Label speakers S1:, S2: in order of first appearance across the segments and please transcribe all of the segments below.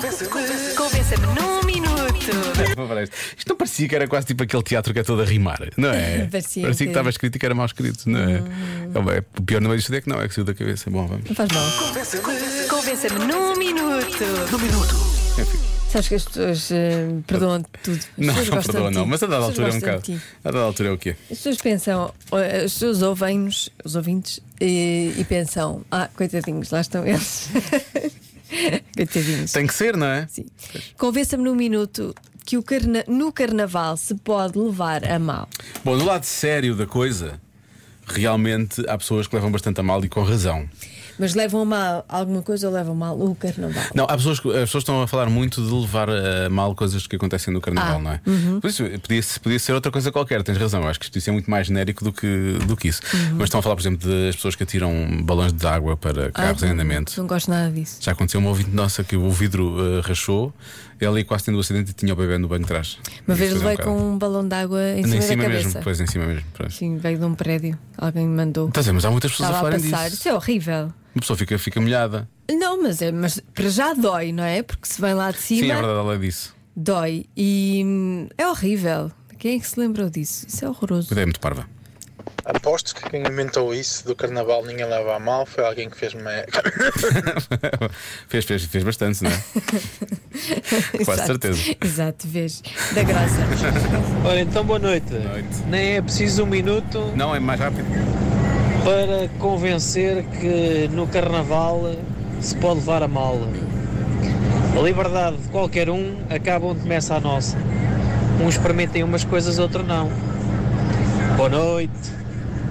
S1: Convença-me num minuto.
S2: Vou para isto. Isto não parecia que era quase tipo aquele teatro que é todo a rimar, não é?
S3: Parecia Hum. um
S2: que
S3: bocadinho.
S2: estava escrito e que era mal escrito, não é? É, bem, O pior não é isto, é que não, é que saiu da cabeça. Bom, vamos.
S3: Não faz mal.
S1: Convença-me num minuto.
S3: Sabes que as pessoas eh, perdoam tudo. As
S2: Não,
S3: pessoas
S2: não
S3: gostam
S2: perdoa,
S3: de ti.
S2: não, mas a dada
S3: As
S2: altura é um
S3: pessoas
S2: bocado.
S3: gostam de ti.
S2: A dada altura é o quê?
S3: As pessoas pensam, eh, as pessoas ouvem-nos, os ouvintes, e, e pensam: ah, coitadinhos, lá estão eles. coitadinhos.
S2: Tem que ser, não é?
S3: Sim. Convença-me num minuto que o carna- no carnaval se pode levar a mal.
S2: Bom, do lado sério da coisa, realmente há pessoas que levam bastante a mal e com razão.
S3: Mas levam a mal alguma coisa ou levam mal o carnaval?
S2: Não, há pessoas, que- as pessoas estão a falar muito de levar a mal coisas que acontecem no carnaval,
S3: Ah,
S2: não é? Por isso, podia, podia ser outra coisa qualquer, tens razão. Acho que isto isso é muito mais genérico do que, do que isso.
S3: Uhum.
S2: Mas estão a falar, por exemplo, das pessoas que atiram balões de água para
S3: Ah,
S2: carros em andamento.
S3: Não gosto nada disso.
S2: Já aconteceu uma ouvinte nossa que o vidro eh, rachou, ela aí quase tendo um acidente e tinha o bebê no banco de trás.
S3: Uma vez
S2: Isso foi um
S3: levei
S2: bocado.
S3: com um balão de água em
S2: Nem
S3: cima,
S2: em cima
S3: da cabeça.
S2: mesmo, pois em cima mesmo. Pois.
S3: Sim, veio de um prédio. Alguém me mandou.
S2: Estás a dizer, mas há muitas pessoas a
S3: Estava a
S2: falarem
S3: passar.
S2: disso.
S3: Isso é horrível.
S2: Uma pessoa fica, fica molhada.
S3: Não, mas, é, mas para já dói, não é? Porque se vem lá de cima,
S2: Sim, é verdade, ela disse.
S3: dói. E hum, é horrível. Quem é que se lembrou disso? Isso é horroroso.
S2: Cuidei muito parva.
S4: Aposto que quem inventou isso do carnaval ninguém leva a mal foi alguém que fez uma.
S2: fez, fez, fez bastante, não é?
S3: Exato.
S2: certeza.
S3: Exato, vês. Da graça.
S5: Ora, então boa noite.
S2: noite.
S5: Nem é preciso um minuto
S2: Não, é mais rápido.
S5: para convencer que no carnaval se pode levar a mal. A liberdade de qualquer um acaba onde começa a nossa. Uns permitem umas coisas, outros não. Boa noite.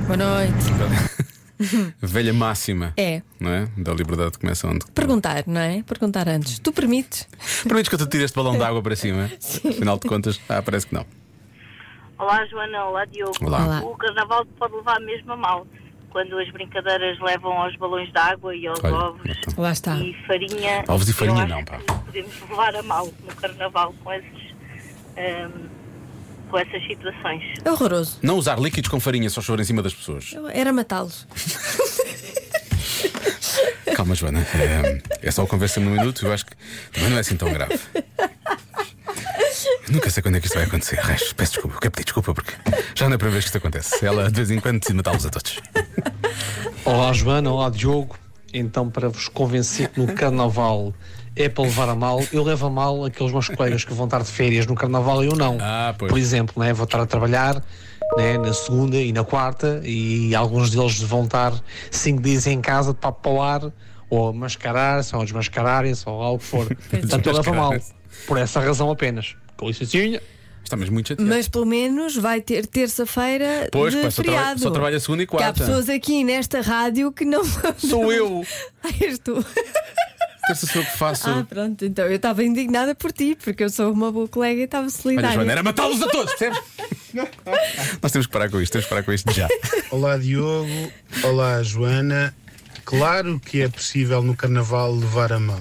S3: Boa noite.
S2: Velha máxima.
S3: É.
S2: Não é? Da liberdade que começa onde?
S3: Perguntar, não é? Perguntar antes. Tu permites?
S2: Permites que eu te tire este balão de água para cima? Afinal de contas, ah, parece que não.
S6: Olá, Joana. Olá, Diogo.
S2: Olá.
S3: Olá.
S6: O carnaval pode levar mesmo a mal. Quando as brincadeiras levam aos balões de água e aos
S2: Olha,
S6: ovos
S2: então.
S3: Lá está.
S6: e farinha.
S2: Ovos e
S6: eu
S2: farinha
S6: acho
S2: não, pá.
S6: que Podemos levar a mal no carnaval com, esses, ahm, com essas situações.
S3: É horroroso.
S2: Não usar líquidos com farinha só chover em cima das pessoas.
S3: Eu- Era matá-los.
S2: Calma, Joana. É, é só conversa num minuto. Eu acho que também não é assim tão grave. Eu nunca sei quando é que isto vai acontecer. Raios, peço desculpa. Eu quero pedir desculpa porque já não é a primeira vez que isto acontece. Ela de vez em quando decide matá-los a todos.
S5: Olá, Joana. Olá, Diogo. Então, para vos convencer que no carnaval é para levar a mal, eu levo a mal aqueles meus colegas que vão estar de férias no carnaval e eu não.
S2: Ah, pois.
S5: Por exemplo, né, vou estar a trabalhar né, na segunda e na quarta e alguns deles vão estar cinco dias em casa de papo para o ar ou a mascarar-se ou a desmascararem-se ou algo que for. Portanto, eu levo a mal. Por essa razão apenas. Com licencinha.
S2: Está mesmo muito chateado.
S3: Mas pelo menos vai ter terça-feira
S2: Pois,
S3: de
S2: pá, só trabalha-
S3: feriado.
S2: só trabalha segunda e
S3: Que há
S2: quarta.
S3: pessoas aqui nesta rádio que não.
S2: Sou eu.
S3: Ah, és tu.
S2: Terça sou eu que faço.
S3: Ah, pronto, então eu estava indignada por ti, porque eu sou uma boa colega e estava solidária.
S2: Olha, Joana, era matá-los a todos, percebes? Nós temos que parar com isto, temos que parar com isto já.
S7: Olá Diogo, olá Joana. Claro que é possível no carnaval levar a mal.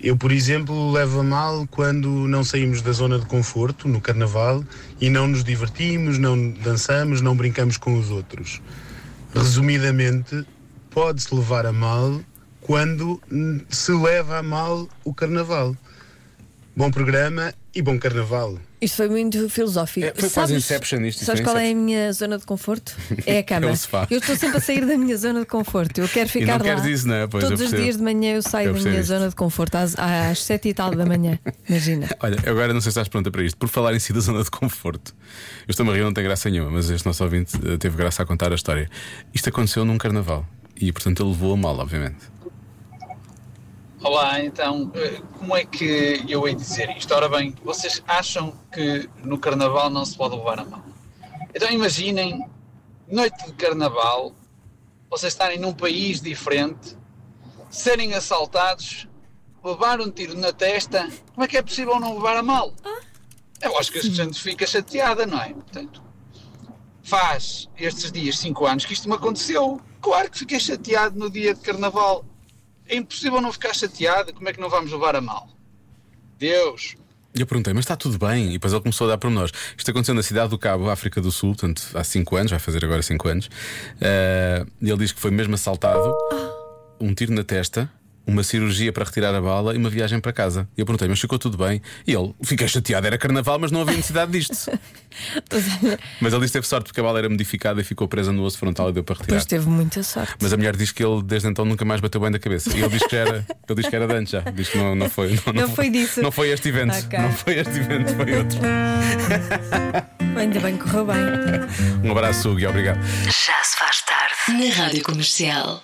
S7: Eu, por exemplo, levo a mal quando não saímos da zona de conforto no carnaval e não nos divertimos, não dançamos, não brincamos com os outros. Resumidamente, pode-se levar a mal quando hum, se leva a mal o carnaval. Bom programa e bom carnaval.
S3: Isto foi muito filosófico.
S2: É, foi quase Inception isto,
S3: Sabes
S2: foi
S3: qual é a minha zona de conforto? É a cama.
S2: É o sofá.
S3: Eu estou sempre a sair da minha zona de conforto. Eu quero ficar
S2: não
S3: lá.
S2: queres isso, não é? Pois, eu
S3: Todos os
S2: percebo.
S3: dias de manhã eu saio
S2: Eu
S3: da
S2: percebo
S3: minha
S2: isto.
S3: zona de conforto às, às sete e tal da manhã. Imagina.
S2: Olha, agora não sei se estás pronta para isto. Por falar em si da zona de conforto, eu estou-me a rir, não tem graça nenhuma, mas este nosso ouvinte eh, teve graça a contar a história. Isto aconteceu num carnaval e, portanto, ele levou a mal, obviamente.
S8: Olá, então, eh, como é que eu hei de dizer isto? Ora bem, vocês acham que no carnaval não se pode levar a mão? Então imaginem, noite de carnaval, vocês estarem num país diferente, serem assaltados, levar um tiro na testa, como é que é possível não levar a mal? Eu acho que a gente fica chateada, não é? Portanto, faz estes dias, 5 anos, que isto me aconteceu. Claro que fiquei chateado no dia de carnaval. É impossível não ficar chateado, como é que não vamos levar a mal? Deus!
S2: E eu perguntei, mas está tudo bem? E depois ele começou a dar pormenores. Isto aconteceu na cidade do Cabo, África do Sul, portanto, há 5 anos, vai fazer agora 5 anos. Eh, e ele diz que foi mesmo assaltado, um tiro na testa, uma cirurgia para retirar a bala e uma viagem para casa. E eu perguntei, mas ficou tudo bem? E ele, fiquei chateado, era carnaval, mas não havia necessidade disto. mas ele disse que teve sorte porque a bala era modificada e ficou presa no osso frontal e deu para retirar.
S3: Pois teve muita sorte.
S2: Mas a mulher diz que ele desde então nunca mais bateu bem da cabeça. E ele diz que era, ele diz que era de antes já. Diz que não, não foi.
S3: Não foi disso.
S2: Não foi este evento.
S3: Ok.
S2: Não foi este evento, foi outro.
S3: Ainda bem que correu bem.
S2: Um abraço, Gui, obrigado.
S1: Já se faz tarde.
S9: Na Rádio Comercial.